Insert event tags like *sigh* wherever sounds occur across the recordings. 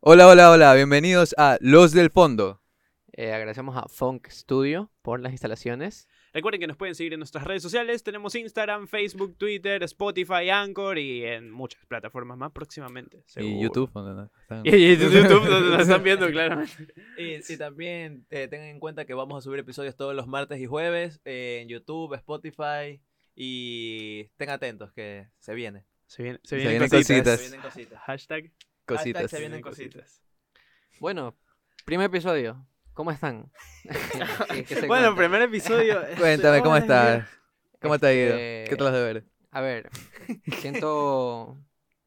Hola, hola, hola, bienvenidos a Los del Fondo. Eh, agradecemos a Funk Studio por las instalaciones. Recuerden que nos pueden seguir en nuestras redes sociales. Tenemos Instagram, Facebook, Twitter, Spotify, Anchor y en muchas plataformas más próximamente. seguro. Y YouTube. ¿dónde no? Están- Y, *laughs* y YouTube donde nos están viendo, claro. Y, y también eh, tengan en cuenta que vamos a subir episodios todos los martes y jueves eh, en YouTube, Spotify y estén atentos que se viene. Se, viene- se Se vienen vienen cositas. cositas. Se vienen cositas. Hashtag Cositas. se vienen cositas. Bueno, primer episodio. ¿Cómo están? *laughs* ¿Qué- qué se Bueno, cuentan? primer episodio. este, Cuéntame, ¿cómo hola, estás? mira. ¿Cómo te ha ido? Este, ¿Qué tal los deberes? A ver, siento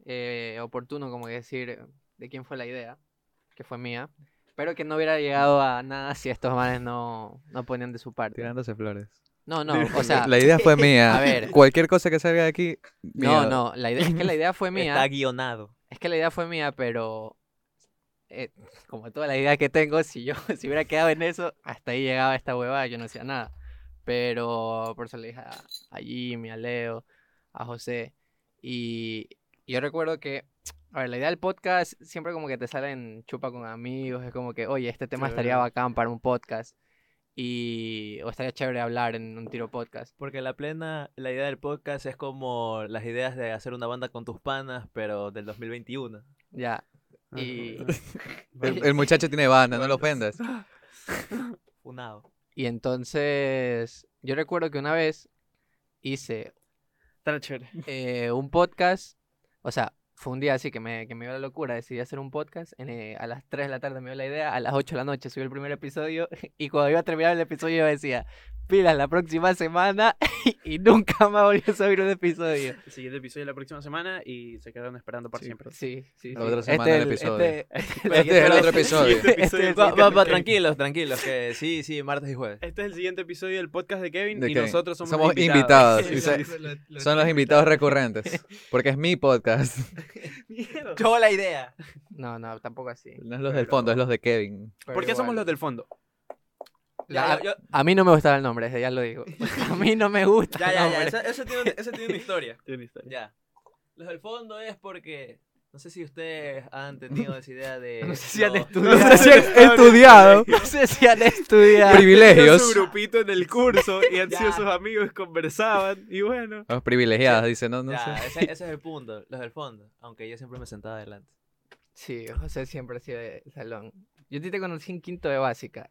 eh, oportuno como que decir de quién fue la idea, que fue mía, pero que no hubiera llegado a nada si estos manes no, no ponían de su parte. Tirándose flores. No, no, o sea, La idea fue mía. *laughs* A ver. Cualquier cosa que salga de aquí. no, mía. no, la idea, es que la idea fue mía. Está guionado. Es que la idea fue mía, pero eh, como toda la idea que tengo, si yo *laughs* si hubiera quedado en eso, hasta ahí llegaba esta huevada, yo no hacía nada. Pero por eso le dije a, a Jimmy, a Leo, a José. Y yo recuerdo que, a ver, la idea del podcast siempre como que te salen chupa con amigos, es como que, oye, este tema Sí, estaría ¿verdad? bacán para un podcast. Y, o estaría chévere hablar en un tiro podcast. Porque la plena, la idea del podcast es como las ideas de hacer una banda con tus panas, pero del 2021. Ya. Ah, Y, *laughs* El, el muchacho tiene banda, no lo *laughs* *laughs* ofendas. Este Funado. y entonces, yo recuerdo que una vez hice Está chévere. eh, un podcast, o sea, fue un día así que me, que me dio la locura, decidí hacer un podcast, en, eh, a las 3 de la tarde me dio la idea, a las 8 de la noche subí el primer episodio *laughs* y cuando iba a terminar el episodio yo decía, pilas la próxima semana *laughs* y nunca más volví a subir un episodio. El siguiente episodio la próxima semana y se quedaron esperando para siempre. Sí, sí, La sí. otra semana el es episodio. este- Este es el pero otro *laughs* este- *laughs* episodio. este es el Va, siguiente- va, va, tranquilos, tranquilos, que sí, sí, martes y jueves. Este es el siguiente episodio del podcast de Kevin De y Kevin. nosotros somos, Somos invitados. *laughs* invitados, Sí, y sí, sí. Son los invitados *laughs* recurrentes. Porque es mi podcast. Mierda. Yo la idea. No, no, tampoco así. No es los del fondo, es los de *laughs* Kevin. pero ¿Por qué somos igual. los del fondo? Ya, Ya, ya, A mí no me gustaba el nombre, desde ya lo digo. A mí no me gusta. ya, el ya, ya, nombre. eso, eso tiene, una- eso tiene una historia. Tiene historia. Ya. Los del fondo es porque. No sé si ustedes han *laughs* tenido esa idea de. No sé si han los- estudiado. No sé si *laughs* han *laughs* *laughs* estudiado. No sé si han estudiado. Tenían Privilegios. su grupito en el curso y han sido Ya. sus amigos, conversaban *laughs* y bueno. Los privilegiados, dice, no, no Ya, sé. ese, ese es el punto. Los del fondo. Aunque yo siempre me sentaba adelante. Sí, José siempre ha sido de salón. Yo a ti te conocí en quinto de básica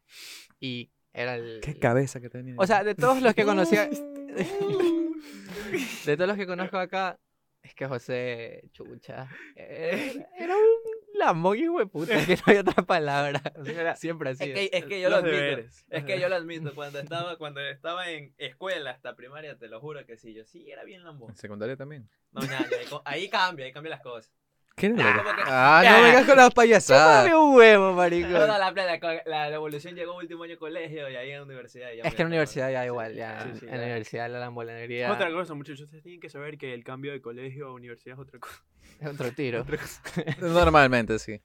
y era el... Qué cabeza que tenía. O sea, de todos los que conocía... de todos los que conozco acá, es que José, chucha, eh, *laughs* era un lamón hijo de puta, que no hay otra palabra. Era- Siempre ha Es sido. que, es que yo lo Los admito. deberes. Es que yo lo admito. Cuando estaba, cuando estaba en escuela hasta primaria, te lo juro que sí. Yo sí era bien lambón. En secundaria también. No, ya, ya, ahí co- ahí cambia, ahí cambian las cosas. ¿Qué era lo Ah, que- como que- Ah, no vengas con las payasadas. Chúpame un huevo, marico. Toda la, plena, co- la, la evolución llegó último año de colegio y ahí en la universidad. Es que en ya me la acababa. universidad ya Sí, igual, ya. sí, sí, en la ya. universidad la lambonería Otra cosa, muchachos, ustedes tienen que saber que el cambio de colegio a universidad es otra cosa. es otro tiro. Normalmente, *laughs* sí.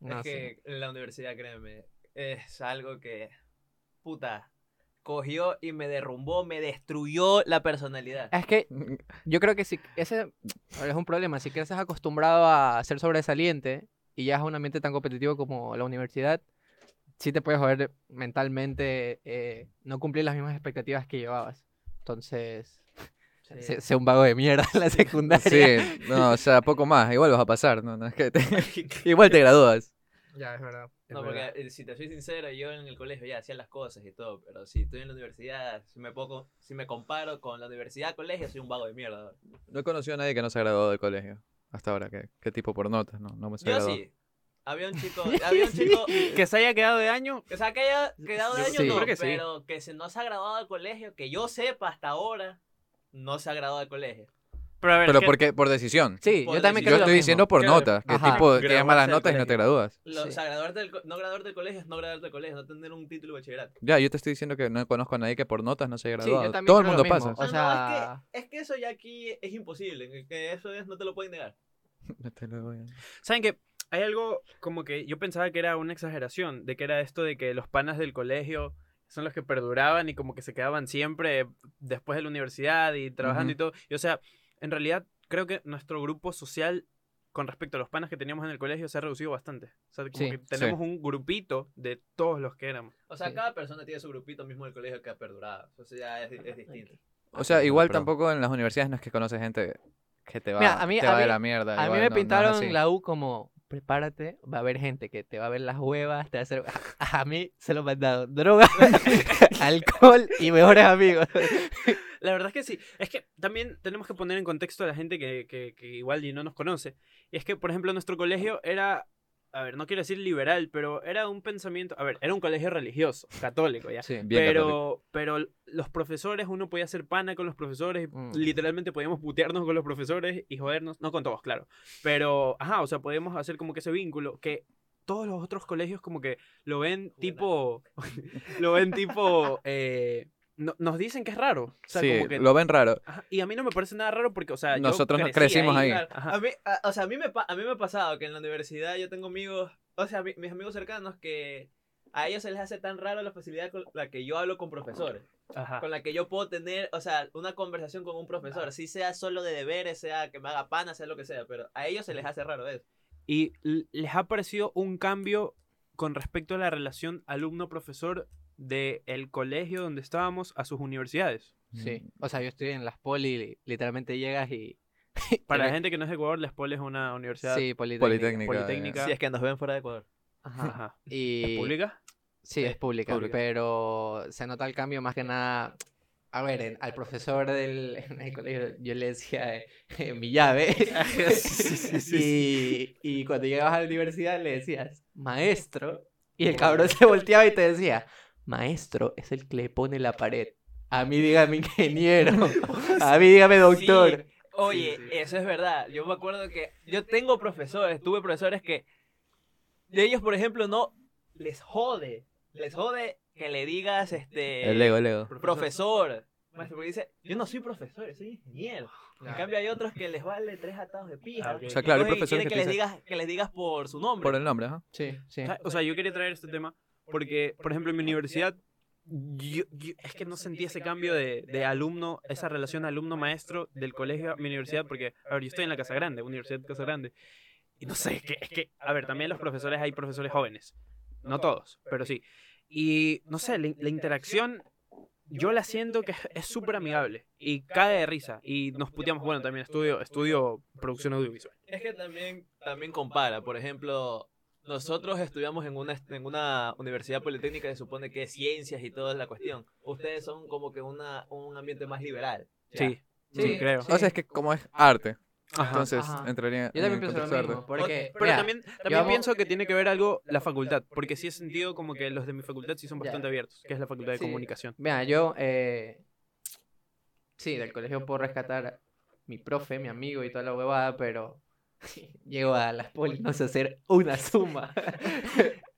No, es sí. que la universidad, créeme, es algo que, puta, cogió y me derrumbó, me destruyó la personalidad. Es que Yo creo que si ese ahora es un problema, si creces acostumbrado a ser sobresaliente y ya es un ambiente tan competitivo como la universidad, sí te puedes joder mentalmente, eh, no cumplir las mismas expectativas que llevabas. Entonces, Sí. sé, sé un vago de mierda en la secundaria. Sí, no, o sea, poco más. Igual vas a pasar, ¿no? no es que te- *laughs* Igual te gradúas. Ya, es verdad. No, porque eh, si te soy sincero, yo en el colegio ya hacía las cosas y todo, pero si estoy en la universidad, si me, pongo- si me comparo con la universidad, colegio, soy un vago de mierda. ahora. No he conocido a nadie que no se ha graduado del colegio. Hasta ahora, ¿qué, qué tipo por notas? No, no me se Yo graduó. sí. Había un *laughs* chico, había un chico Que se haya quedado de año, O sea, que haya quedado de Yo año, sí. no, creo que sí. pero que se no se ha graduado del colegio, que yo sepa hasta ahora, no se ha graduado del colegio. pero a ver, Pero ¿qué- porque por decisión. Sí, Por yo también Yo decisión. creo lo estoy mismo. diciendo por Claro. notas. Que Ajá. tipo, tienes malas Graduarse del notas y no te colegio. gradúas. Lo- Sí. O sea, graduarte del co- no graduarte del colegio es no graduarte del colegio, no tener un título de bachillerato. Ya, yo te estoy diciendo que no conozco a nadie que por notas no se haya Sí, yo graduado. también Todo el creo mundo lo pasa. mismo. O Ah, No, sea- no, es, que, es que eso ya aquí es imposible, que eso es, no te lo pueden negar. *laughs* No te lo voy a- ¿Saben que Hay algo como que yo pensaba que era una exageración, de que era esto de que los panas del colegio son los que perduraban y como que se quedaban siempre después de la universidad y trabajando Ujú. y todo. Y o sea, en realidad creo que nuestro grupo social con respecto a los panas que teníamos en el colegio, se ha reducido bastante. O sea, como Sí, que sí. tenemos un grupito de todos los que éramos. O sea, Sí. cada persona tiene su grupito mismo del colegio que ha perdurado. Eso ya es, es distinto. O sea, Ok, igual pero- tampoco en las universidades no es que conoces gente que te va, Mira, a mí- te a va de mí- la mierda. A mí igual me no- no es pintaron así. la U como, prepárate, va a haber gente que te va a ver las huevas, te va a hacer... *laughs* A mí se lo mandaron droga, *laughs* alcohol y mejores amigos. La verdad es que sí. Es que también tenemos que poner en contexto a la gente que, que- que igual y no nos conoce. Y es que, por ejemplo, nuestro colegio era, a ver, no quiero decir liberal, pero era un pensamiento, a ver, era un colegio religioso, católico, ¿ya? Sí. Bien católico. pero, pero los profesores, uno podía hacer pana con los profesores, y Mm. literalmente podíamos putearnos con los profesores y jodernos, no con todos, claro, pero, ajá, o sea, podíamos hacer como que ese vínculo que todos los otros colegios como que lo ven tipo, *laughs* lo ven tipo, eh, no- nos dicen que es raro. O sea, sí, como que- lo ven raro. ajá, y a mí no me parece nada raro porque, o sea, yo Nosotros no crecí crecimos ahí. claro, ajá. A mí, a- o sea, a mí, me, pa- a mí me ha pasado que en la universidad yo tengo amigos, o sea, mi- mis amigos cercanos que a ellos se les hace tan raro la facilidad con la que yo hablo con profesores, Ajá. con la que yo puedo tener, o sea, una conversación con un profesor, si sea solo de deberes, sea que me haga pana, sea lo que sea, pero a ellos se les hace raro eso. y l- les ha parecido un cambio con respecto a la relación alumno-profesor del colegio donde estábamos a sus universidades. Mm, Sí, o sea, yo estoy en las poli, literalmente llegas y... *laughs* Para la tenés- gente que no es de Ecuador, la ESPOL es una universidad e Sí, Politécnica. Politécnica. politécnica. Si es que nos ven fuera de Ecuador. Ajá. Ajá. *laughs* ¿Es Y... pública? Sí, es pública, pública. pero se nota el cambio más que nada. A ver, en- al profesor del *laughs* en el colegio yo le decía eh, eh, mi llave. *laughs* Sí, sí, sí, y, y cuando llegabas a la universidad le decías maestro. Y el cabrón se volteaba y te decía maestro es el que le pone la pared. A mí dígame *laughs* ingeniero. *laughs* A mí dígame doctor. Sí, Oye, eso es verdad. Yo me acuerdo que yo tengo profesores, tuve profesores que de ellos, por ejemplo, no les jode, les jode que le digas este El ego, el ego. profesor. Maestro, porque dice, yo no soy profesor, soy ingeniero. En cambio hay otros que les vale tres atados de pija. Ah, ok. O sea, claro, hay Entonces, profesores quieren que que, te les digas que les digas por su nombre. Por el nombre, ajá. Sí, sí. O sea, yo quería traer este tema porque, por ejemplo, en mi universidad, yo- yo- es que no sentí ese cambio de, de alumno, esa relación alumno-maestro del colegio a mi universidad, porque, a ver, yo estoy en la Casa Grande, Universidad de Casa Grande, y no sé, es que, es que, a ver, también los profesores, hay profesores jóvenes, no todos, pero sí. Y, no sé, la, la interacción, yo la siento que es- es súper amigable, y cae de risa, y nos puteamos, bueno, también estudio, estudio producción audiovisual. Es que también, también compara, por ejemplo, nosotros estudiamos en una, en una universidad politécnica que supone que es ciencias y toda la cuestión. Ustedes son como que una, un ambiente más liberal. Ya. Sí, sí, creo. O sea, es que como es arte, Ajá. entonces Ajá. entraría Yo en también el pienso contexto de lo arte. mismo, porque Pero mira, también, también digamos- pienso que tiene que ver algo la facultad, porque sí he sentido como que los de mi facultad sí son Ya. bastante abiertos, que es la facultad de Sí. comunicación. Mira, yo, eh, sí, del colegio puedo rescatar a mi profe, mi amigo y toda la huevada, pero *laughs* llego a las poli, no sé hacer una *laughs* suma.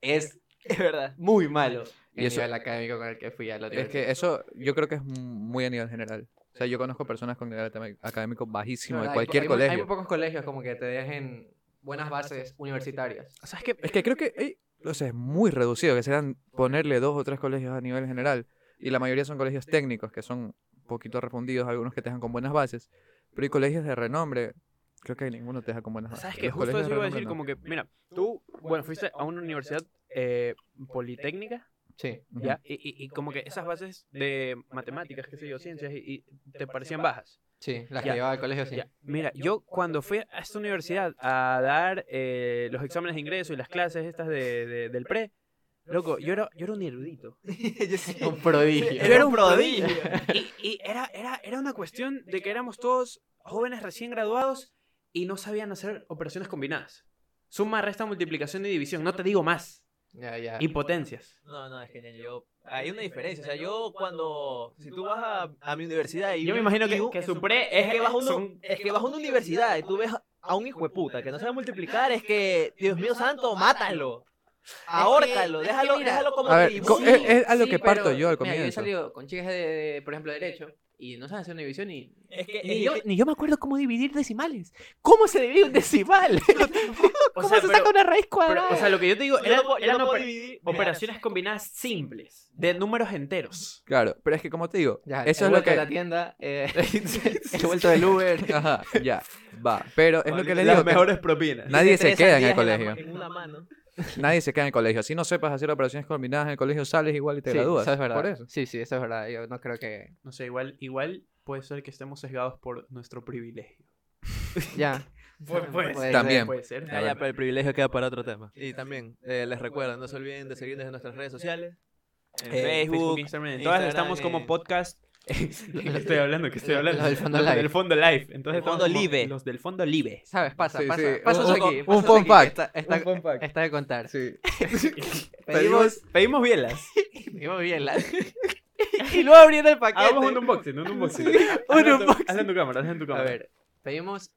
Es Es verdad. muy malo Y el eso- nivel académico con el que fui a la Es que universidad. eso yo creo que es muy a nivel general. O sea, yo conozco personas con nivel académico- académico bajísimo de Hay po- cualquier hay muy- Hay colegio. muy pocos colegios como que te dejen buenas bases universitarias. O sea, es que, Es que creo que ey, o sea, es muy reducido que sean ponerle dos o tres colegios a nivel general. Y la mayoría son colegios técnicos, que son un poquito refundidos, algunos que te dejan con buenas bases. Pero hay colegios de renombre, creo que ninguno te deja con buenas bases. ¿sabes qué? Los Justo colegios eso de iba a renombre decir, no. como que, mira, tú, bueno, fuiste a una universidad eh, politécnica, Sí. Ujú. ¿ya? Y, y- y como que esas bases de matemáticas, qué sé yo, ciencias, y, y te parecían bajas. Sí, las que Ya, llevaba al colegio, sí. Ya. Mira, yo cuando fui a esta universidad a dar eh, los exámenes de ingreso y las clases estas de, de- del pre, loco, yo era, yo era un erudito. *laughs* Yo sí. *laughs* Un prodigio. *laughs* Era un prodigio. Y, y era, era, era una cuestión de que éramos todos jóvenes recién graduados y no sabían hacer operaciones combinadas. Suma, resta, multiplicación y división. No te digo más. Ya, ya. Y potencias. No, no, es que ya yo. Hay una diferencia. O sea, yo cuando. Si tú vas a, a mi universidad y. Yo me imagino que, y un- que su pre Es que vas a una- son- es que vas a una universidad y tú ves a un hijo de puta que no sabe multiplicar, es que, Dios mío santo, mátalo. Ahórcalo, es que déjalo, mira- déjalo como A que eh, ver, co- eh, dibuje. es, es a lo Sí, que parto pero, yo al mira, yo he comienzo. salido con chicas de, de, por ejemplo, derecho, Y no saben hacer una división y... Es Eh, que, Ni yo, ni yo me acuerdo cómo dividir decimales. ¿Cómo se divide un decimal? *laughs* ¿Cómo se saca una raíz pero, cuadrada? o sea, lo que yo te digo, era, eran, eran oper- dividir. operaciones combinadas simples, de números enteros. Claro, pero es que como te digo, Ya, eso he es lo vuelto de la que... tienda, *laughs* eh, he vuelto del *laughs* Uber. Ajá, ya, va. Pero es lo que les Las digo, que mejores propinas. nadie se Tres queda en el sandías la colegio. ma- en una mano. nadie se queda en el colegio. Si no sepas hacer operaciones combinadas en el colegio, sales igual y te sí, gradúas. Eso es verdad. Por eso. Sí, sí, eso es verdad. Yo no creo que. *laughs* No sé, igual, igual puede ser que estemos sesgados por nuestro privilegio. Ya. Pues, Puede, puede ser, También. Puede ser. Ah, Ya, ya, pero el privilegio queda para otro tema. Y también, eh, les recuerdo, no se olviden de seguirnos en nuestras redes sociales. En Eh, Facebook. Instagram, en Instagram, todas estamos eh, como podcast. *laughs* ¿Qué estoy hablando? ¿Qué estoy Lo- hablando? lo del Fondo Los Live. Del fondo live. Entonces El Fondo estamos como Live. Los del fondo live. ¿Sabes? Pasa, Sí, pasa. sí, Pasa un- eso un- aquí. un pasa eso fun aquí, fact. Está, está- está de contar. Sí. Pedimos, Pedimos bielas. *laughs* pedimos bien *laughs* la. y luego abriendo el paquete. Hagamos Ah, un unboxing, un unboxing. Un Hazlo en tu- unboxing. Hazlo en tu cámara, hazlo en tu A cámara. ver, pedimos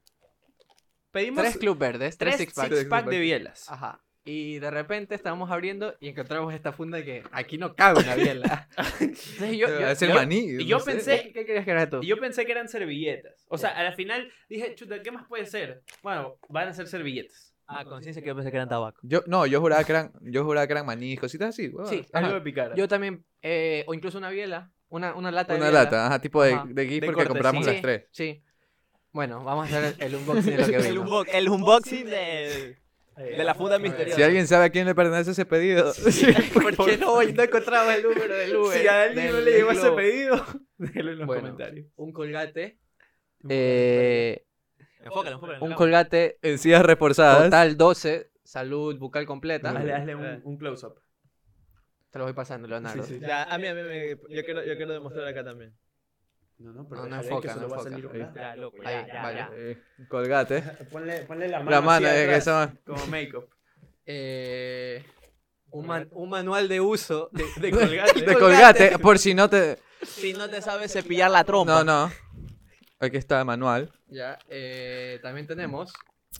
pedimos tres Ah. club verdes, tres, six packs. six- pack de bielas. Ajá. Y de repente estábamos abriendo y encontramos esta funda que aquí no cabe una biela. Entonces yo, yo- es el yo- maní. y yo no sé. pensé- ¿Qué, qué querías que era tú? Y yo pensé que eran servilletas. O sea, al final dije, chuta, ¿qué más puede ser? Bueno, van a ser servilletas. Ah, conciencia que yo pensé que eran tabaco. Yo, no, yo juraba que eran, yo juraba que eran maní, cositas así. huevón. Sí, Ajá. Algo de picar. Yo también, eh, o incluso una biela, una, una lata de Una biela. lata, ajá, tipo de, Ajá. de gift De porque compramos Sí, las tres. Sí. Bueno, vamos a hacer el, el unboxing de lo que El, vino. unbox- el unboxing del- Eh, de la funda misteriosa. Si alguien sabe a quién le pertenece ese pedido, *laughs* Porque no, no encontraba el número del Uber. *laughs* Si a alguien no del- le llegó del ese globo. *laughs* pedido, déjenlo en los Bueno. comentarios. Un colgate. Eh, Enfócalo, enfócalo. un colgate encías reforzadas. total 12. Salud bucal completa. Hazle, hazle un, un close-up. Te lo voy pasando, Leonardo. Sí, sí. Ya, a mí, a mí, a mí, yo quiero, yo quiero demostrar acá también. No, no, No, no déjale enfoca, se no le va a enfoca. salir Ahí un- está. Ya, loco, ya, Ahí, ya, vale. ya. Eh, colgate. Ponle, ponle la mano. eh, La mano así de que atrás, son. Como make-up. *laughs* Eh, un, man- un manual de uso. *laughs* De, de *laughs* colgate. De colgate, por si no te. Si no te sabes cepillar la No, trompa. no. Aquí está el manual. Ya, eh, también tenemos.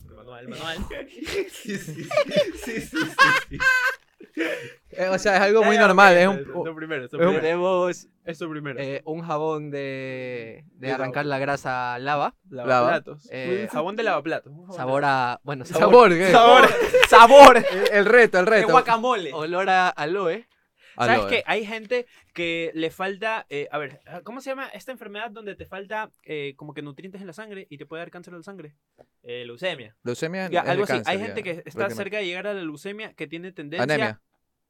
Manual, manual. *laughs* sí, sí, sí, sí, sí, sí. Eh, o sea, es algo muy Ya, ya, normal. ok, Es esto- un, Esto primero, esto es un- primero. Tenemos Esto primero. eh, un jabón de, de De arrancar la grasa lava. Lavaplatos. Eh, Un jabón de lavaplatos. un jabón Sabor a. Bueno, sabor. sabor. ¿qué? Sabor. ¡Sabor! El, el reto, el ¡Es reto. guacamole! Olor a aloe. ¿Sabes Aloe. qué? Hay gente que le falta, eh, a ver, ¿cómo se llama esta enfermedad donde te falta eh, como que nutrientes en la sangre y te puede dar cáncer de la sangre? Eh, leucemia. Leucemia. Ya, es de algo así. cáncer, Hay ya, gente que está prácticamente. cerca de llegar a la leucemia que tiene tendencia... Anemia.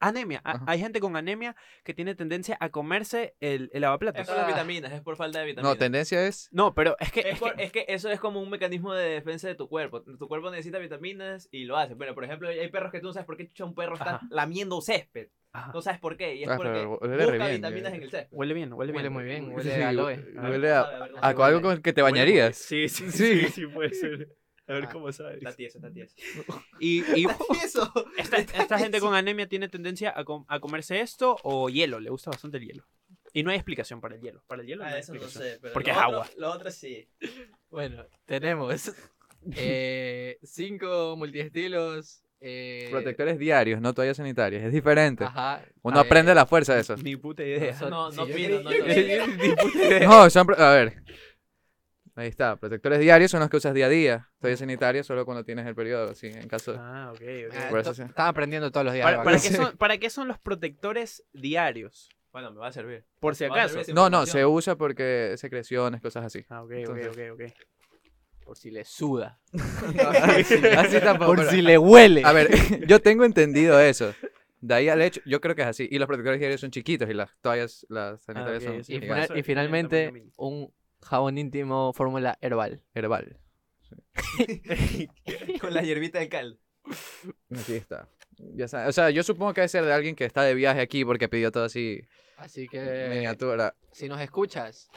Anemia. A- Ajá. Hay gente con anemia que tiene tendencia a comerse el, el lavaplatos. Es por las vitaminas, es por falta de vitaminas. No, tendencia es. No, pero es que... Es, es por- que- es que eso es como un mecanismo de defensa de tu cuerpo. Tu cuerpo necesita vitaminas y lo hace. Pero, por ejemplo, hay perros que tú no sabes por qué chucha un perro está Ajá. lamiendo césped. Ajá. No sabes por qué. Y es Ah, porque pero huele re busca bien, eh. vitaminas ya. en el césped. Ah, Huele bien, huele bien. Huele muy bien, huele Sí, a aloe. Huele a, A ver, a huele- algo con el que te bañarías. Sí, sí, Sí. sí, sí, puede ser. A ver Ah. cómo sabes. Está tieso, está tieso. Ah, Y, *laughs* y *laughs* Eso. esta, esta gente con anemia tiene tendencia a, com- a comerse esto o hielo. Le gusta bastante el hielo. Y no hay explicación para el hielo. Para el hielo no Ah, hay eso no explicación. sé. pero Porque lo es otro- agua. Lo otro *laughs* sí. Bueno, tenemos eh, cinco multiestilos. Eh, Protectores diarios, no toallas sanitarias. Es diferente. Ajá. eh, Uno aprende la fuerza *laughs* de Ah, eso. Ni puta idea. Son- *laughs* No, sí, no yo creí- pido, no yo pido. creí- No, son. pro- A ver. Ahí está. Protectores diarios son los que usas día a día. Toallas sanitarias solo cuando tienes el periodo. Así, en caso. Ah, ok, Ah, ok. Por eso to- sí. Estaba aprendiendo todos los días. ¿Para, la para vaca. *laughs* qué son, ¿Para qué son los protectores diarios? Bueno, me va a servir. *laughs* Por si Me va a acaso. servir esa No, no, se información. usa porque secreciones, cosas así. Ah, ok, ok, Entonces- eh, ok, ok. *laughs* Por si le suda. Así tampoco. Por pero- si le huele. A ver, *laughs* yo tengo entendido eso. De ahí al hecho, yo creo que es así. Y los protectores diarios son chiquitos y las toallas, las sanitarias Ah, ok, son sí, y, sí, final- gigantes. eso y es finalmente, también, también. un jabón íntimo fórmula herbal. Herbal. Con la hierbita del cal. Aquí está. Ya sabe- O sea, yo supongo que debe ser de alguien que está de viaje aquí porque pidió todo así Así que, Eh, miniatura. *laughs* si nos escuchas,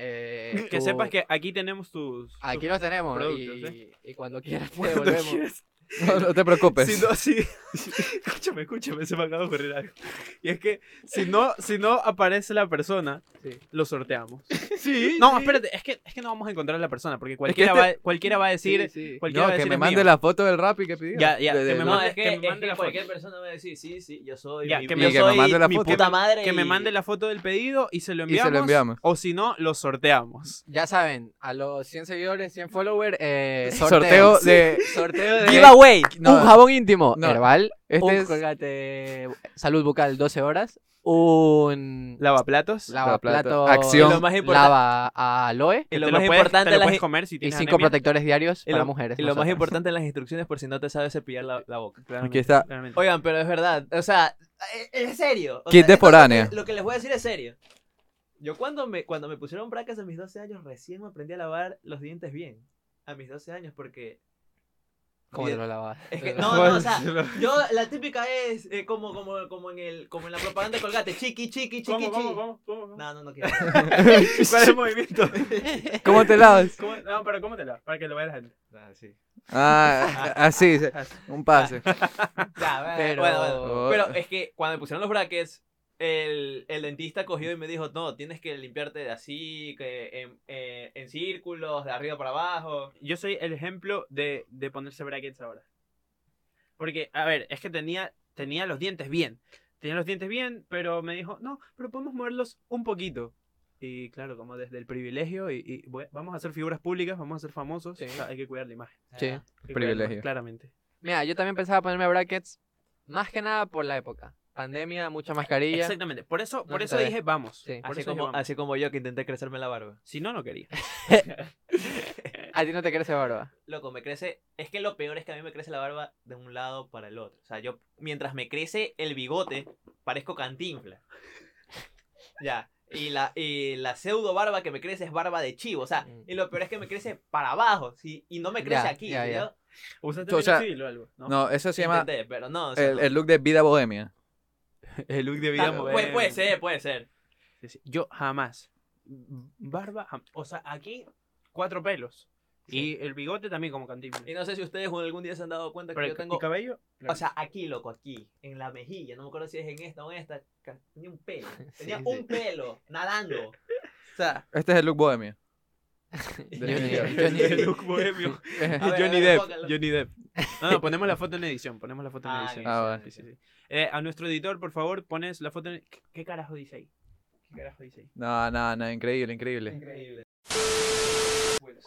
eh, Que tú- sepas que aquí tenemos tus. Aquí los tenemos. productos, y, y cuando quieras te devolvemos. No, no te preocupes. Si no, si... *laughs* escúchame, escúchame, se me acaba de ocurrir algo. Y es que si no, si no aparece la persona, Sí. lo sorteamos. Sí. No, espérate, es que, es que no vamos a encontrar a la persona, porque cualquiera, va, cualquiera va a decir... Cualquiera este- No, va a que decir me es mande mío. la foto del rap y que pidió. Ya, ya, De- de- que me no, No, mande- es que, que me es que mande la cualquier foto. persona va a decir, sí, sí, yo soy. Ya, mi- que yo me- que me soy mande la mi foto. puta madre. Que me y- mande la foto del pedido y se Y lo enviamos. se lo enviamos. O si no, lo sorteamos. Ya saben, a los 100 seguidores, 100 followers, *laughs* eh, *laughs* sorteo. Sorteo de. Sorteo de. Giveaway. No. Un jabón íntimo. No. Herbal. un *laughs* Este es. colgate. Salud bucal 12 horas. Un. Lavaplatos. Lavaplato. Acción. Lo más importante- Lava aloe. Y que lo te más puedes- importante te lo la puedes gen- comer si Y tienes cinco anemia. protectores diarios Y para lo- mujeres. *laughs* Y lo más nosotras. importante en las instrucciones por si no te sabes cepillar la, la boca. Aquí está. claramente. Oigan, pero es verdad. O sea, es- es serio. O Kit sea, de *laughs* esto- foránea. Lo que les voy a decir es serio. Yo cuando me, cuando me pusieron brackets a mis 12 años, recién me aprendí a lavar los dientes bien. A mis 12 años, porque... *laughs* ¿Cómo te lo lavas? Es que- no, no, *laughs* o sea, yo, la típica es eh, como, como, como, en el, como en la propaganda de Colgate, chiqui, chiqui, chiqui, ¿Cómo, chiqui. cómo, cómo, cómo? *laughs* No, no, no quiero. ¿Cuál es el movimiento? ¿Cómo te *laughs* lavas? ¿Cómo? No, pero ¿cómo te la? Para que lo vea la gente. Ah, sí. Ah, así, se- un pase. *laughs* ah, Ya, bueno, Pero- bueno, bueno. Oh. Pero es que cuando me pusieron los brackets, el, el dentista cogió y me dijo, no, tienes que limpiarte de así, que en, eh, en círculos, de arriba para abajo. Yo soy el ejemplo de, de ponerse brackets ahora. Porque, a ver, es que tenía, tenía los dientes bien. Tenía los dientes bien, pero me dijo, no, pero podemos moverlos un poquito. Y claro, como desde el privilegio, y, y bueno, vamos a hacer figuras públicas, vamos a ser famosos, Sí. o sea, hay que cuidar la imagen. Sí. Hay que cuidar Ah, la imagen, Privilegio. Claramente. Mira, yo también pensaba ponerme brackets. Más que nada por la época. Pandemia, mucha mascarilla. Exactamente. Por eso, por se eso te ve. dije, vamos. Sí. Por así, eso dije, como, vamos. así como yo que intenté crecerme la barba. Si no, no quería. A ti no te crece barba. Loco, me crece. Es que lo peor es que a mí me crece la barba de un lado para el otro. O sea, yo, mientras me crece el bigote, parezco cantinfla. *laughs* ya. Y la, y la pseudo barba que me crece es barba de chivo. O sea, Mm. y lo peor es que me crece para abajo. sí, y no me crece Ya, aquí. ya, ¿sí? ya. Yo ¿Usaste O sea, penicil o algo? No, eso se llama intenté, pero no. o sea, el, no. el look de vida bohemia. El look de Ta- puede, puede ser, puede ser. Sí, sí. Yo jamás. Barba, jam- o sea, aquí cuatro pelos. Y el bigote también como cantinflas. Y no sé si ustedes algún día se han dado cuenta que Pero yo el ca- tengo. ¿y cabello? *laughs* O sea, aquí, loco, aquí, en la mejilla. No me acuerdo si es en esta o en esta. ca- Tenía *laughs* un pelo. Tenía sí. un pelo nadando. O sea. Este es el look bohemia. Johnny, Claro. Johnny. El look *laughs* bohemio. Eh, ver, *laughs* a Johnny ver, Depp, póngalo. Johnny Depp. No, no, ponemos la foto en edición, ponemos la foto en Ah, edición. ya, Ah, ya, Sí, ya, sí, sí. Eh, a nuestro editor, por favor, pones la foto en... ¿Qué- ¿Qué carajo dice ahí? ¿Qué carajo dice ahí? No, no, no, increíble, increíble. Increíble.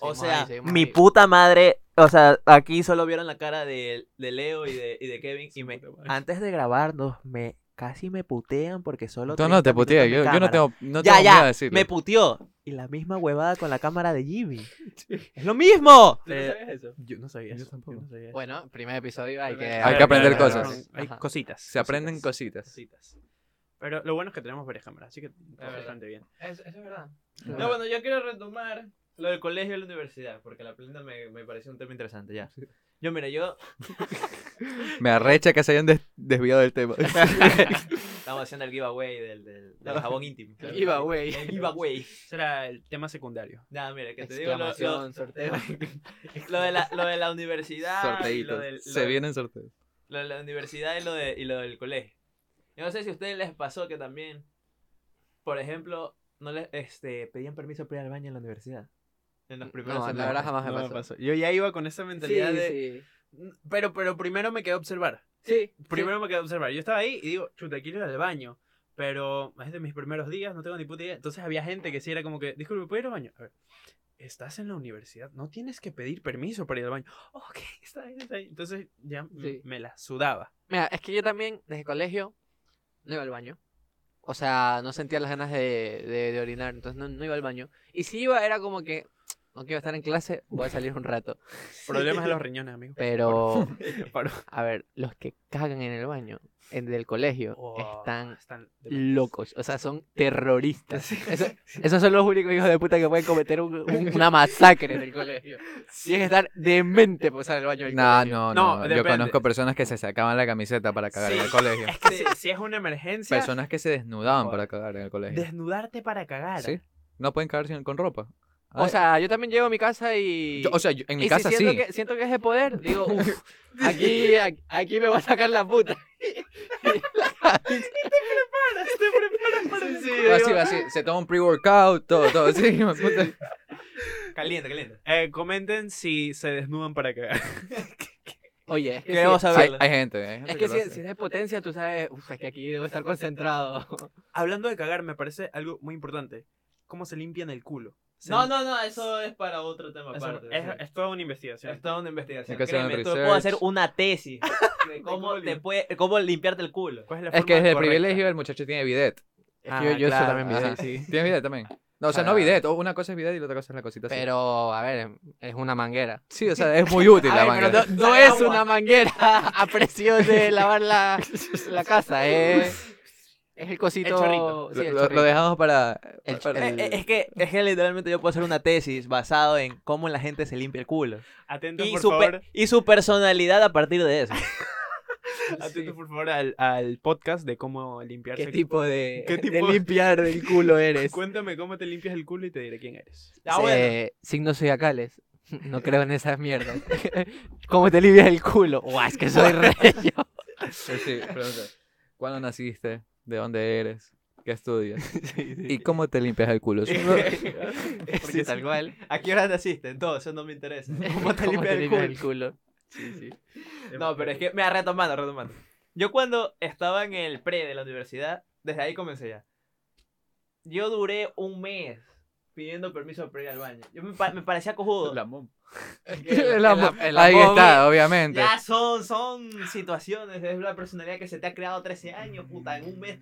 O Oh, Seguimos sea, ahí, seguimos mi ahí. puta madre. O sea, aquí solo vieron la cara de, de Leo y de, y de Kevin. Y me, puta madre. antes de grabarnos, me casi me putean porque solo. No, no, 30 te puteé. Yo, minutos de yo no cámara. tengo, no ya, tengo miedo a ya. decirlo. Me puteó. Y la misma huevada con la cámara *laughs* de Jimmy. ¡Es lo mismo! ¿Tú no sabías eso? Yo eh, no sabía yo eso. tampoco. no sabía eso. Bueno, primer episodio hay que, Hay que aprender cosas. Hay Ajá. cositas. Se aprenden cositas. cositas. Pero lo bueno es que tenemos varias cámaras, así que está verdad. bastante bien. Eso es verdad. No, bueno, yo quiero retomar lo del colegio y la universidad, porque la plena me, me pareció un tema interesante ya. Yo, mira, yo Me arrecha que se hayan des- desviado del tema. estamos haciendo el giveaway del, del, del jabón íntimo. El giveaway. El giveaway. Ese era el tema secundario. Nada, mira, que te digo lo, lo- Exclamación, *laughs* sorteo. lo de, la, lo de la universidad. y Lo, Sorteitos. del- lo Se de- vienen sorteos. lo de la universidad y lo, de, y lo del colegio. Yo no sé si a ustedes les pasó que también, por ejemplo, no les este, pedían permiso para ir al baño en la universidad. En los primeros No, la semestres. verdad jamás me No me pasó. pasó. Yo ya iba con esa mentalidad de. sí. Pero, pero primero me quedé a observar. Sí, Primero me quedé a observar. Yo estaba ahí y digo, chuta, quiero ir al baño. Pero es de mis primeros días, no tengo ni puta idea. Entonces había gente que sí era como que, disculpe, ¿puedo ir al baño? A ver, estás en la universidad, no tienes que pedir permiso para ir al baño. Ok, *laughs* está bien, está bien. Entonces ya m- Sí. me la sudaba. Mira, es que yo también, desde colegio, no iba al baño. O sea, no sentía las ganas de, de- de orinar, entonces no, no iba al baño. Y si iba, era como que, no quiero estar en clase, voy a salir un rato. Problemas de los riñones, amigo. *laughs* Pero, Paro. a ver, los que cagan en el baño en, del colegio Oh, están están de locos. locos, o sea, son terroristas. Eso- esos son los únicos hijos de puta que pueden cometer un- un- una masacre en el colegio. Tienes que estar demente por usar el baño del No, colegio. no, No, no. Yo depende. conozco personas que se sacaban la camiseta para cagar en el *laughs* Sí. colegio. Es que si, si es una emergencia, Personas que se desnudaban Joder. para cagar en el colegio. desnudarte para cagar. Sí. No pueden cagar sin- con ropa. O sea, yo también llego a mi casa y. Yo- o sea, yo- en mi y si casa siento sí. Que, siento que es de poder, digo, uff, aquí, aquí, me va a sacar la puta. *laughs* Sí, Va así, digo, va así. Se toma un pre-workout, todo, todo. Sí, *laughs* me puta. Caliente, caliente. Eh, comenten si se desnudan para que *laughs* vean. Oye, es que, si, Queremos hay, saberlo. hay gente, hay gente es que lo si, hace. si eres potencia, tú sabes, uff, es que aquí debo estar concentrado. Hablando de cagar, me parece algo muy importante. ¿Cómo se limpian el culo? Se- No, no, no, eso es para otro tema eso- aparte. es, sí. es toda una investigación. Es toda una investigación. Hay que hacer un Créeme, tú puedo hacer research. una tesis *laughs* de cómo, te puede, cómo limpiarte el culo. ¿Cuál es la Es que forma desde el correcta? privilegio el muchacho tiene bidet. Es Ah, que yo, yo eso claro, también ajá. vi, sí. Tiene bidet también. No, o sea, no Ah. bidet. o Una cosa es bidet y la otra cosa es la cosita así. Pero, a ver, es una manguera. Sí, *laughs* o sea, es muy útil A la ver, pero manguera. no, no Sale es agua. una manguera *laughs* a presión de lavar la, la casa, ¿eh? es, es el cosito. El chorrito. sí, Lo- el lo, chorrito. lo dejamos para... El- para- Eh, eh, Es, que, es que literalmente yo puedo hacer una tesis basado en cómo la gente se limpia el culo. Atentos, Y por su, pe- *laughs* favor. y su personalidad a partir de *laughs* eso. Atentos, por favor, al, al podcast de cómo limpiarse ¿Qué el tipo de, ¿Qué de tipo de- limpiar del culo eres? Cuéntame cómo te limpias el culo y te diré quién *laughs* eres. Ah, bueno. Eh, signos zodiacales. No creo en esas mierdas. *laughs* ¿Cómo te limpias el culo? Guau, es que soy rey. Sí, sí, pregunta. ¿Cuándo naciste? ¿De dónde eres? ¿Qué estudias? ¿Y cómo te limpias el culo? Eso no- Sí, tal cual. *laughs* ¿A qué hora naciste? Entonces no me *laughs* interesa. ¿Cómo te ¿Cómo limpias el culo? culo? No, pero es que, mira, retomando, retomando. Yo cuando estaba en el pre de la universidad, desde ahí comencé ya. Yo duré un mes pidiendo permiso para ir al baño. Yo me, pa- me parecía cojudo. *laughs* El la- amor. el Ahí amor. está, obviamente. Ya son, son situaciones, es la personalidad que se te ha creado 13 años, puta, en un mes.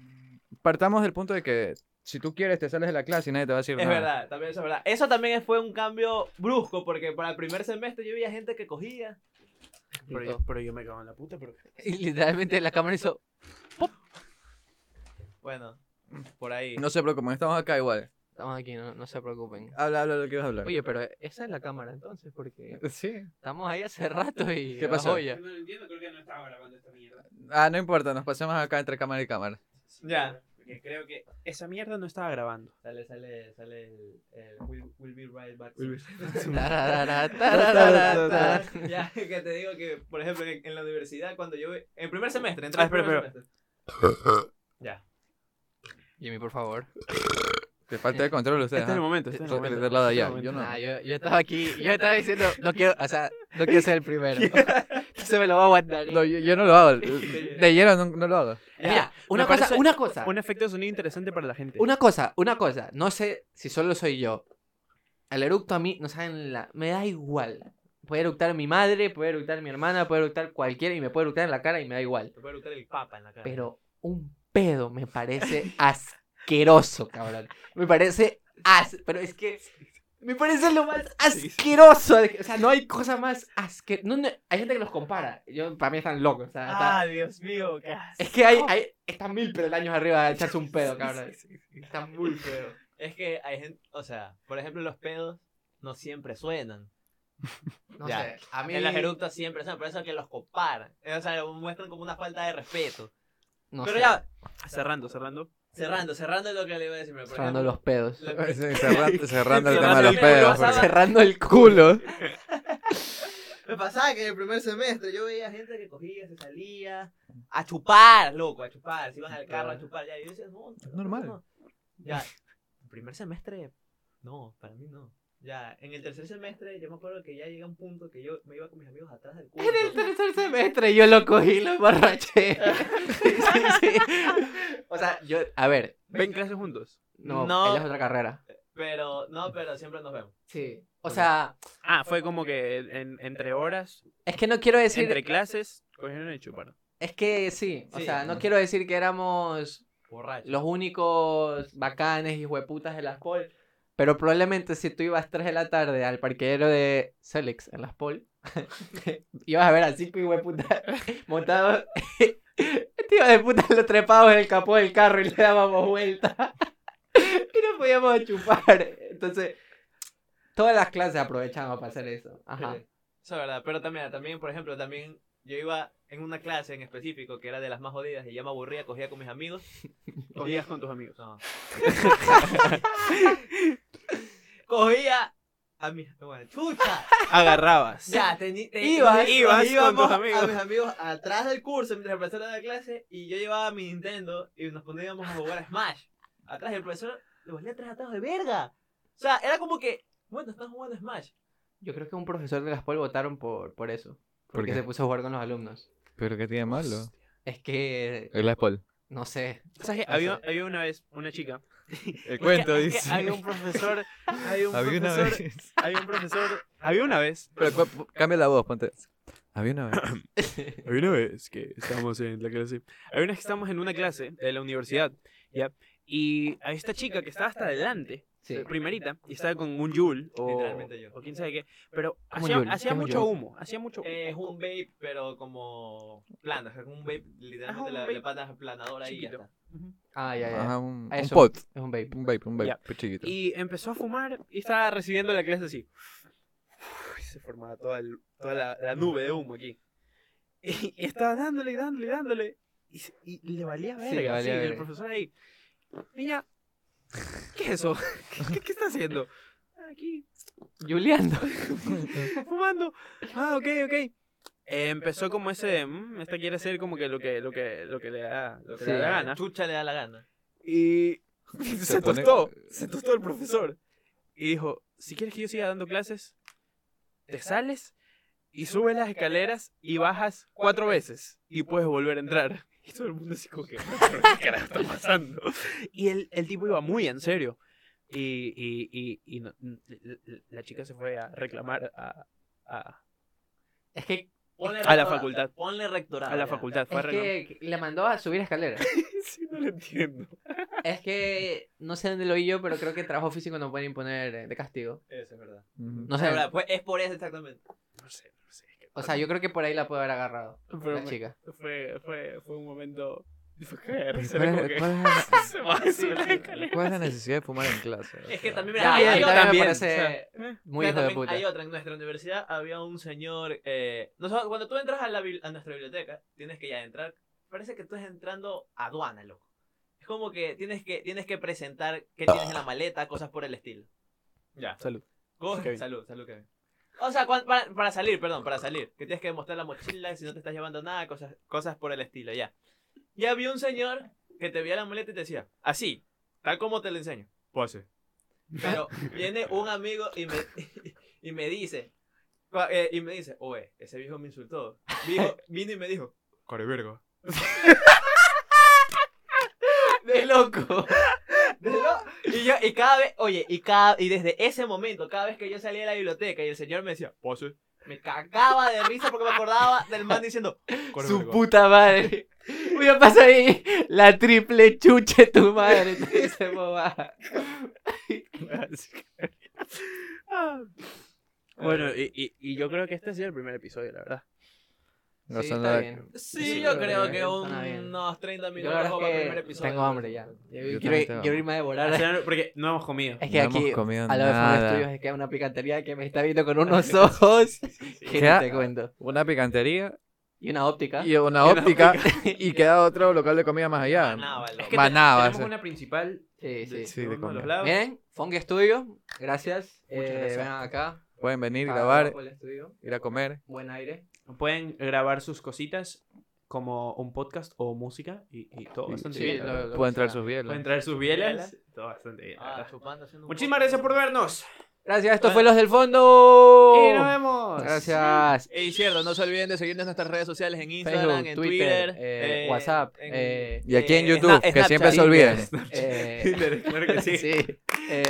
Partamos del punto de que si tú quieres te sales de la clase y nadie te va a decir Es nada. verdad, también eso es verdad. Eso también fue un cambio brusco, porque para el primer semestre yo veía gente que cogía. Pero yo, pero yo me cago en la puta, pero... Y literalmente la cámara hizo. Bueno, por ahí. No se preocupen, estamos acá igual. Estamos aquí, no, no se preocupen. Habla, habla lo que ibas a hablar. *laughs* Oye, pero esa es la cámara entonces, porque Sí. estamos ahí hace rato y. ¿Qué pasó? abajo ya. no lo entiendo, creo que no estaba grabando esta mierda. Ah, no importa, nos pasemos acá entre cámara y cámara. Ya. Porque creo que esa mierda no estaba grabando. Sale, sale, sale el, el will, will be right back. *laughs* Tararara, tararara. ya, *laughs* que te digo que, por ejemplo, en, en la universidad, cuando yo... En primer semestre, en Ah, espera, Ya. Jimmy, por favor. Te falta *laughs* de control ustedes. Este es el ¿ah? momento, este es el Del- momento. del lado de este es allá, el yo momento. no. Nah, Ah, yo, yo estaba aquí, yo estaba diciendo, no quiero, o sea, no quiero ser el *laughs* primero. Se me lo va a aguantar. ¿eh? No, yo, yo no lo *laughs* hago. De hielo no, no lo hago. *laughs* Mira, una me cosa, parece una cosa, Un efecto de sonido interesante para la gente. una cosa, una cosa. No sé si solo soy yo. El eructo a mí, no saben la, me da igual. Puede eructar mi madre, puede eructar mi hermana, puede eructar cualquiera y me puede eructar en la cara y me da igual. Te puede eructar el papa en la cara. Pero un pedo me parece asqueroso, cabrón. Me parece as... Pero es que... Me parece lo *laughs* más asqueroso. O sea, no hay cosa más asquerosa. hay gente que los compara. Yo, para mí están locos. O sea, está- Ah, Dios mío, qué asco. Es que hay, hay... Están mil peldaños arriba de echarse un pedo, cabrón. Está muy feo. Es que hay gente, o sea, por ejemplo, los pedos no siempre suenan. No Ya. sé. A mí... En las eructas siempre suenan, por eso es que los comparan. O sea, muestran como una falta de respeto. No Pero sé. ya, Cerrando, cerrando. cerrando, cerrando lo que le iba a decir. mira, por Cerrando ejemplo, los pedos. *laughs* la- Sí, cerrando, cerrando el Cerrando tema de los el pedos. culo, porque- Cerrando el *laughs* culo. Me pasaba que en el primer semestre yo veía gente que cogía, se salía a chupar, loco, a chupar, se iban al carro a chupar. Ya, y yo decía, no, no, normal. no. Ya, el primer semestre, no, para mí no. Ya, en el tercer semestre yo me acuerdo que ya llegué a un punto que yo me iba con mis amigos atrás del curso. En el tercer semestre yo lo cogí y lo emborraché. *laughs* Sí, *laughs* sí. O sea, yo, a ver, ¿Ven clases juntos? no, No. ella es otra carrera. Pero, no, pero siempre nos vemos. Sí. O sea, Ah, fue como que en- entre horas, es que no quiero decir, entre clases, cogieron y chuparon. es que sí, o Sí. sea, no quiero decir que éramos Borracho. los únicos bacanes y hueputas de las Pol, pero probablemente si tú ibas 3 de la tarde al parqueadero de Celex en las Pol, *laughs* ibas a ver a cinco hueputas *laughs* montados, *laughs* este hijo de puta lo trepábamos en el capó del carro y le dábamos vuelta *laughs* y no podíamos chupar. Entonces, todas las clases aprovechábamos para hacer eso. Ajá. Sí, Eso es verdad, pero también, también, por ejemplo, también yo iba en una clase en específico que era de las más jodidas y ya me aburría, cogía con mis amigos. Cogías con tus amigos. No. *laughs* cogía a mis. Bueno, *laughs* chucha. *laughs* Agarrabas. Ya, teni- te- Ibas, nos ibas con íbamos tus amigos. A mis amigos atrás del curso mientras el profesor daba clase y yo llevaba mi Nintendo y nos poníamos a jugar a Smash. Atrás y el profesor le volvía tres atados de verga. O sea, era como que, bueno, están jugando a Smash. Yo creo que un profesor de Gaspol votaron por, por eso. ¿Por Porque qué? se puso a jugar con los alumnos. Pero que tiene malo. Es que, El Paul. no sé. *laughs* ¿Sabes qué? Había, había una vez una chica. El Es que- es que *laughs* Había un profesor. Había un Había una profesor. vez. Había un profesor. Había una vez. *laughs* Pero cu- pu- cambia la voz, ponte. Había una vez. Había una vez que estábamos en la clase. Había una vez que estábamos en una clase de la universidad. ¿ya? Y había esta chica que estaba hasta adelante. Sí. Primerita. Y estaba con un Yule. O, Literalmente yo. Oh, o quién sabe qué. Pero ¿Cómo hacía, Yule? hacía ¿Qué es un mucho Yule? humo. Hacía mucho humo. Es un vape, pero como plano, es como un vape, Ajá, literalmente un la, vape la pata planadora ahí. chiquito. Ujú. Ah, ya, ya. Ajá, un, Eso. un pot. Es un vape. Un vape, un vape. Ya. pues chiquito. Y empezó a fumar y estaba recibiendo la clase así. Y se formaba toda, el- toda la, la nube de humo aquí. Y, y estaba dándole y dándole y dándole. Y, se- y le valía Sí, le verga. Sí, valía el verga. profesor ahí. Niña, ¿qué es eso? ¿Qué, qué- qué está haciendo? Aquí, Juliando. fumando. Ah, ok, ok. Eh, empezó como ese, "Mm, esta quiere hacer como que lo que, lo que, lo que le da, lo que Sí. le da la gana. Chucha le da la gana. Y *laughs* se, Se pone- *laughs* tostó, se tostó el profesor. Y dijo, si quieres que yo siga dando clases, te sales y subes las escaleras y bajas cuatro veces y puedes volver a entrar. *laughs* Y todo el mundo así como que, "Pero, ¿qué carajo está pasando? Y el, el tipo iba muy en serio. Y, y, y, y no- l- l- la chica se fue a reclamar a, a- Es que, Ponle A la rectorado, facultad. Ponle rectorado. a la ya. facultad. Fue a es reclamar. que le mandó a subir escaleras. *laughs* Sí, no lo entiendo. es que, no sé dónde lo oí yo, pero creo que trabajo físico no pueden imponer eh, de castigo. Eso es verdad. Ujú. No Es sé. verdad, pues, es por eso exactamente. No sé, no sé. es que- O sea, yo creo que por ahí la puede haber agarrado. Pero la me- chica. fue, fue, fue un momento. Fue caer, ¿Cuál, es, se ve como que- cuál es la, se va a subir las *laughs* escaleras. cuál es la necesidad de fumar en clase? O Es que sea, también, Ya, mira, hay, ya, hay ya, otra, también me o parece sea, Muy mira, hijo de también puta. hay otra. En nuestra universidad había un señor. Eh, nosotros- cuando tú entras a, la, bibli- a nuestra biblioteca, tienes que ya entrar. Parece que tú estás entrando a aduana, loco. Es como que tienes que, tienes que presentar qué tienes en la maleta, cosas por el estilo. Ya. Salud. Go- Kevin. Salud, salud, Kevin. O sea, cuan- para, para salir, perdón, para salir. Que tienes que mostrar la mochila, si no te estás llevando nada, cosas, cosas por el estilo, ya. Ya vi un señor que te veía la maleta y te decía, así, tal como te lo enseño. Pase. Pero viene un amigo y me, *laughs* y me dice, cua- eh, y me dice, oye, ese viejo me insultó. *laughs* Dijo- vino y me dijo, Careverga. *laughs* de loco. De lo- y yo, y cada vez, oye, y, cada, y desde ese momento, cada vez que yo salía de la biblioteca y el señor me decía, Pase. me cagaba de risa porque me acordaba del man diciendo, Su puta madre. *laughs* Mira, pasa ahí la triple chuche tu madre. *laughs* te dice bobada. Bueno, y, y, y yo creo que este ha sido el primer episodio, la verdad. no Sí, son está nada- bien. sí, Sí, yo está creo bien, que está bien. unos 30 Yo minutos la para el verdad primer es que episodio. tengo hambre ya. Yo Yo también quiero, tengo quiero irme a O devorar. sea, no- Porque no hemos comido. *laughs* *laughs* Es que No hemos aquí comido a lo de Fun nada. Studios es que hay una picantería que me está viendo con *laughs* unos ojos que Ya. no te cuento. Una picantería Y una óptica. y una óptica *laughs* y queda otro local de comida más allá. Maná, Ah, vale. Es que te- Manaba, tenemos sí. una principal Sí, sí. Sí, de uno los comer. lados. Miren, Fong Studio, gracias. Eh, gracias. Vengan acá. Pueden venir, Ah, a grabar, Apple Studio. ir a comer. Buen aire. Pueden grabar sus cositas como un podcast o música y, y todo Sí, bastante sí, bien. lo- lo- Pueden traer será. sus bielos. Pueden traer sus bielas. Todo bastante bien. la Ah, verdad. chupando, haciendo un Muchísimas poco. gracias por vernos. Gracias, esto fue Los del Fondo. Y nos vemos. *laughs* Gracias. Es cierto, no se olviden de seguirnos en nuestras redes sociales en Instagram, Facebook, en Twitter, Twitter, eh, WhatsApp, eh, Y aquí en eh, YouTube, Sna- que siempre se Snapchat. olviden. Eh, Tinder, claro *laughs* que sí. Eh,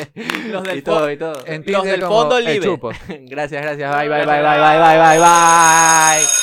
Los del y todo, y todo. En *laughs* Los Tinder del como fondo el libre. chupo. Gracias, gracias. Bye, bye, bye, bye, bye, bye, bye, bye.